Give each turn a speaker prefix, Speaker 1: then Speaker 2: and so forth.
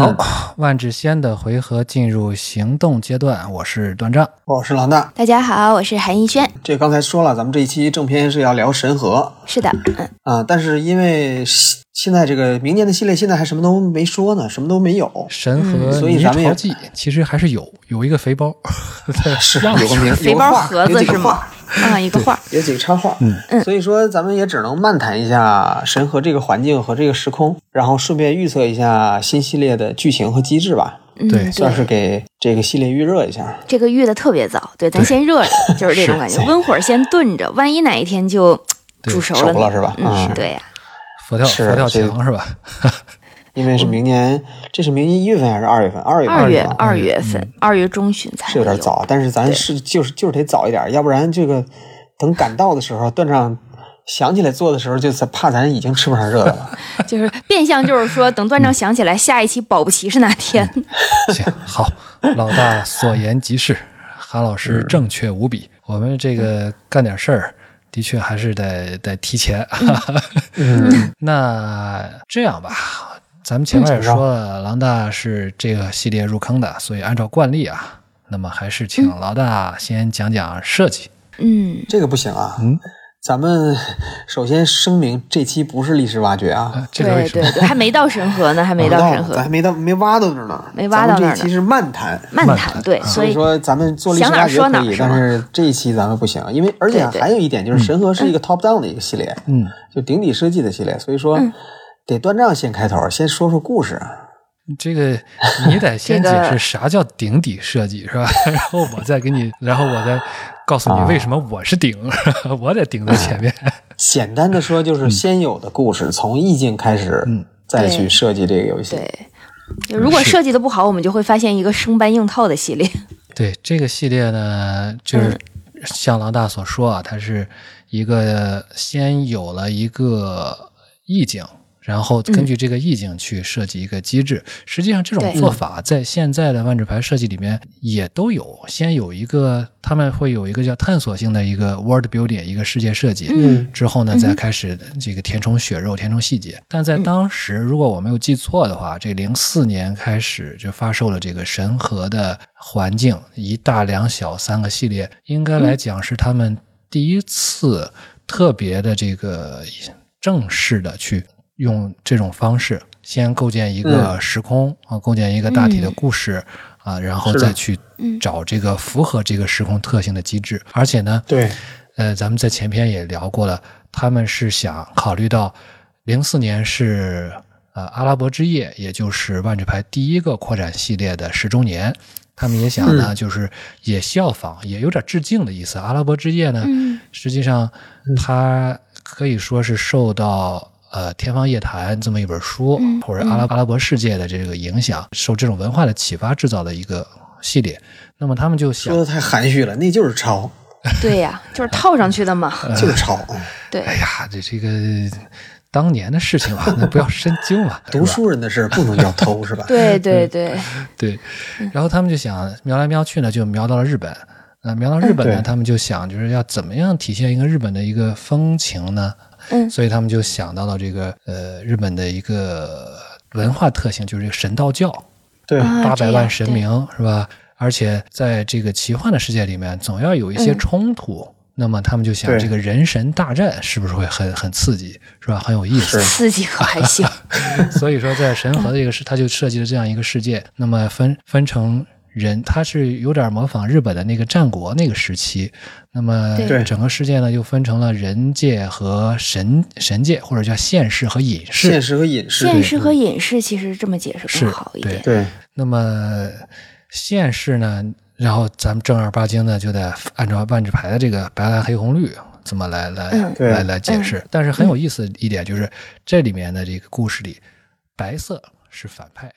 Speaker 1: 好，
Speaker 2: 嗯
Speaker 1: 万智仙的回合进入行动阶段，我是段章。
Speaker 2: 我哦是老大，
Speaker 3: 大家好，我是韩逸轩。
Speaker 2: 这刚才说了，咱们这一期正片是要聊神和
Speaker 3: 是的，嗯，
Speaker 2: 啊，但是因为现现在这个明年的系列现在还什么都没说呢，什么都没有，
Speaker 1: 神
Speaker 2: 嗯
Speaker 1: 和
Speaker 2: 所以
Speaker 1: 泥
Speaker 2: 咱们也
Speaker 1: 潮记其实还是有有一个肥包，对
Speaker 2: 是
Speaker 1: 样子
Speaker 2: 有个名
Speaker 3: 肥包盒子是？
Speaker 2: 有个画
Speaker 3: 吗？啊，一个画 儿，
Speaker 2: 有几个插画，嗯，所以说咱们也只能漫谈一下神和这个环境和这个时空，然后顺便预测一下新系列的剧情和机制吧，
Speaker 3: 嗯，
Speaker 1: 对
Speaker 3: 对，
Speaker 2: 算是给这个系列预热一下。
Speaker 3: 这个预的特别早，对，咱 先热着，就是这种感觉，
Speaker 2: 是
Speaker 3: 温火先炖着，万一哪一天就
Speaker 1: 对
Speaker 3: 煮熟
Speaker 2: 熟
Speaker 3: 了呢，
Speaker 2: 了是吧嗯
Speaker 3: 嗯，
Speaker 2: 是
Speaker 3: 对呀，
Speaker 1: 佛跳
Speaker 2: 是
Speaker 1: 佛跳
Speaker 2: 这
Speaker 1: 墙是吧？
Speaker 2: 因为是明年，这是明年一月份还是二月份？二月份
Speaker 3: 二月
Speaker 2: 吧
Speaker 3: 二月份，二月中旬才
Speaker 2: 是有点早，但是咱是就是就是得早一点，要不然这个等赶到的时候，段上想起来做的时候，就是怕咱已经吃不上热的 了。
Speaker 3: 会有，就是变相就 是说，等段章想起来，下一期保不齐是哪天，
Speaker 1: 行，好，老大所言极是，韩老
Speaker 2: 嗯
Speaker 1: 师正确无比。我们这个干点事儿，的确还是得得提前。啊
Speaker 2: 嗯，
Speaker 1: 那这样吧，咱们前面也说了，狼大是这个系列入坑的，所以按照惯例啊，那么还是请老大先讲讲设计。
Speaker 3: 嗯，
Speaker 2: 这个不行啊。
Speaker 1: 嗯，
Speaker 2: 咱们首先声明，这期不是历史挖掘啊，
Speaker 1: 啊，这个为
Speaker 3: 对
Speaker 1: 什
Speaker 3: 对
Speaker 1: 么？
Speaker 3: 对，还没到神河呢，还 没
Speaker 2: 到
Speaker 3: 到神
Speaker 2: 咱还
Speaker 3: 河，
Speaker 2: 没到没挖到那儿呢，
Speaker 3: 没挖到
Speaker 2: 咱
Speaker 3: 那儿呢
Speaker 2: 们这一期是漫谈。啊
Speaker 3: 漫
Speaker 1: 慢
Speaker 3: 谈，对，
Speaker 2: 所
Speaker 3: 所
Speaker 2: 以
Speaker 3: 以
Speaker 2: 说，咱们做历史
Speaker 3: 想哪
Speaker 2: 挖
Speaker 3: 儿
Speaker 2: 掘
Speaker 3: 说哪
Speaker 2: 可
Speaker 3: 儿
Speaker 2: 以，
Speaker 3: 是吧
Speaker 2: 但是这一期咱们不行，因为而且
Speaker 3: 对对嗯
Speaker 2: 还有一点就是，神河是一个 top down 的一个系列，
Speaker 1: 嗯，
Speaker 2: 就顶底设计的系列，所以说
Speaker 3: 嗯
Speaker 2: 得断章先开头，先说说故事。 啊
Speaker 1: 这个你得先
Speaker 3: 这
Speaker 1: 解
Speaker 3: 个
Speaker 1: 释啥叫顶底设计是吧？然后我再给你，然后我再告诉
Speaker 3: 啊
Speaker 1: 你为什么我是顶， 我得顶在前面。
Speaker 2: 简单的说，就是先有的故事，从意境开始，
Speaker 1: 嗯
Speaker 2: 再去设计这个游戏。
Speaker 3: 对，就如果设计的不好，我们就会发现一个生搬硬套的系列，
Speaker 1: 对这个系列呢，
Speaker 3: 嗯
Speaker 1: 就是像狼大所说啊，它是一个先有了一个意境，然后根据这个意境去设计一个机制。实际上，这种
Speaker 3: 嗯对
Speaker 1: 做法在现在的万智牌设计里面也都有。先有一个，他们会有一个叫探索性的一个 world building，一个世界设计。
Speaker 3: 嗯
Speaker 1: 之后呢，再开始这个填充血肉、填充细节。但在当时，如果我没有记错的话，这零四年开始就发售了这个神和的环境一大两小三个系列，应该来讲是他们第一次特别的这个正式的去用这种方式，先构建一个时空啊，构建一个大体的故事啊，然后
Speaker 2: 是的
Speaker 1: 再去找这个符合这个时空特性的机制，而且呢，
Speaker 2: 对，
Speaker 1: 呃，咱们在前篇也聊过了，他们是想考虑到零四年是呃阿拉伯之夜，也就是万智牌第一个扩展系列的十周年，他们也想
Speaker 3: 嗯
Speaker 1: 呢，就是也效仿，也有点致敬的意思。阿拉伯之夜呢，
Speaker 3: 嗯
Speaker 1: 实际上它可以说是受到。呃，《天方夜谭》这么一本书，
Speaker 3: 嗯
Speaker 1: 或者阿拉阿拉伯世界的这个影响，受这种文化的启发制造的一个系列。那么他们就想
Speaker 2: 说，的太含蓄了，那就是抄，
Speaker 3: 对呀，就是套上去的嘛，
Speaker 2: 就是抄。
Speaker 3: 对
Speaker 1: 哎，呀，这这个当年的事情嘛，那不要深究 嘛，
Speaker 2: 读
Speaker 1: 是吧
Speaker 2: 书人的事儿不能叫 偷，是吧？
Speaker 3: 对对
Speaker 1: 嗯哎
Speaker 3: 对，
Speaker 1: 对。然后他们就想瞄来瞄去呢，就瞄到了日本。那瞄到日本
Speaker 3: 嗯
Speaker 1: 呢，
Speaker 2: 对
Speaker 1: 他们就想就是要怎么样体现一个日本的一个风情呢？
Speaker 3: 嗯
Speaker 1: 所以他们就想到了这个呃日本的一个文化特性，就是神道教。
Speaker 2: 对
Speaker 3: 啊
Speaker 1: 八百
Speaker 3: 这
Speaker 1: 万
Speaker 3: 样
Speaker 1: 神
Speaker 3: 对
Speaker 1: 明是吧？而且在这个奇幻的世界里面，总要有一些
Speaker 3: 嗯
Speaker 1: 冲突。那么他们就想，
Speaker 2: 对
Speaker 1: 这个人神大战是不是会很很刺激，是吧？很有意思。
Speaker 2: 是
Speaker 3: 刺激可还 行，
Speaker 1: 所以说，在神河的这个世，他就设计了这样一个世界。那么分分成人，他是有点模仿日本的那个战国那个时期。那么
Speaker 2: 对
Speaker 1: 整个世界呢，又分成了人界和神神界，或者叫现世和隐世。
Speaker 2: 现实和隐士。
Speaker 3: 现实和隐士其实这么解释
Speaker 1: 是
Speaker 3: 更好一
Speaker 1: 对
Speaker 3: 点。
Speaker 2: 对，
Speaker 1: 那么现世呢，然后咱们正儿八经的就得按照万智牌的这个白蓝黑红绿怎么来来、
Speaker 3: 嗯
Speaker 2: 对
Speaker 1: 来来解释。但是很有意思一点就是，这里面的这个故事里，白色是反派，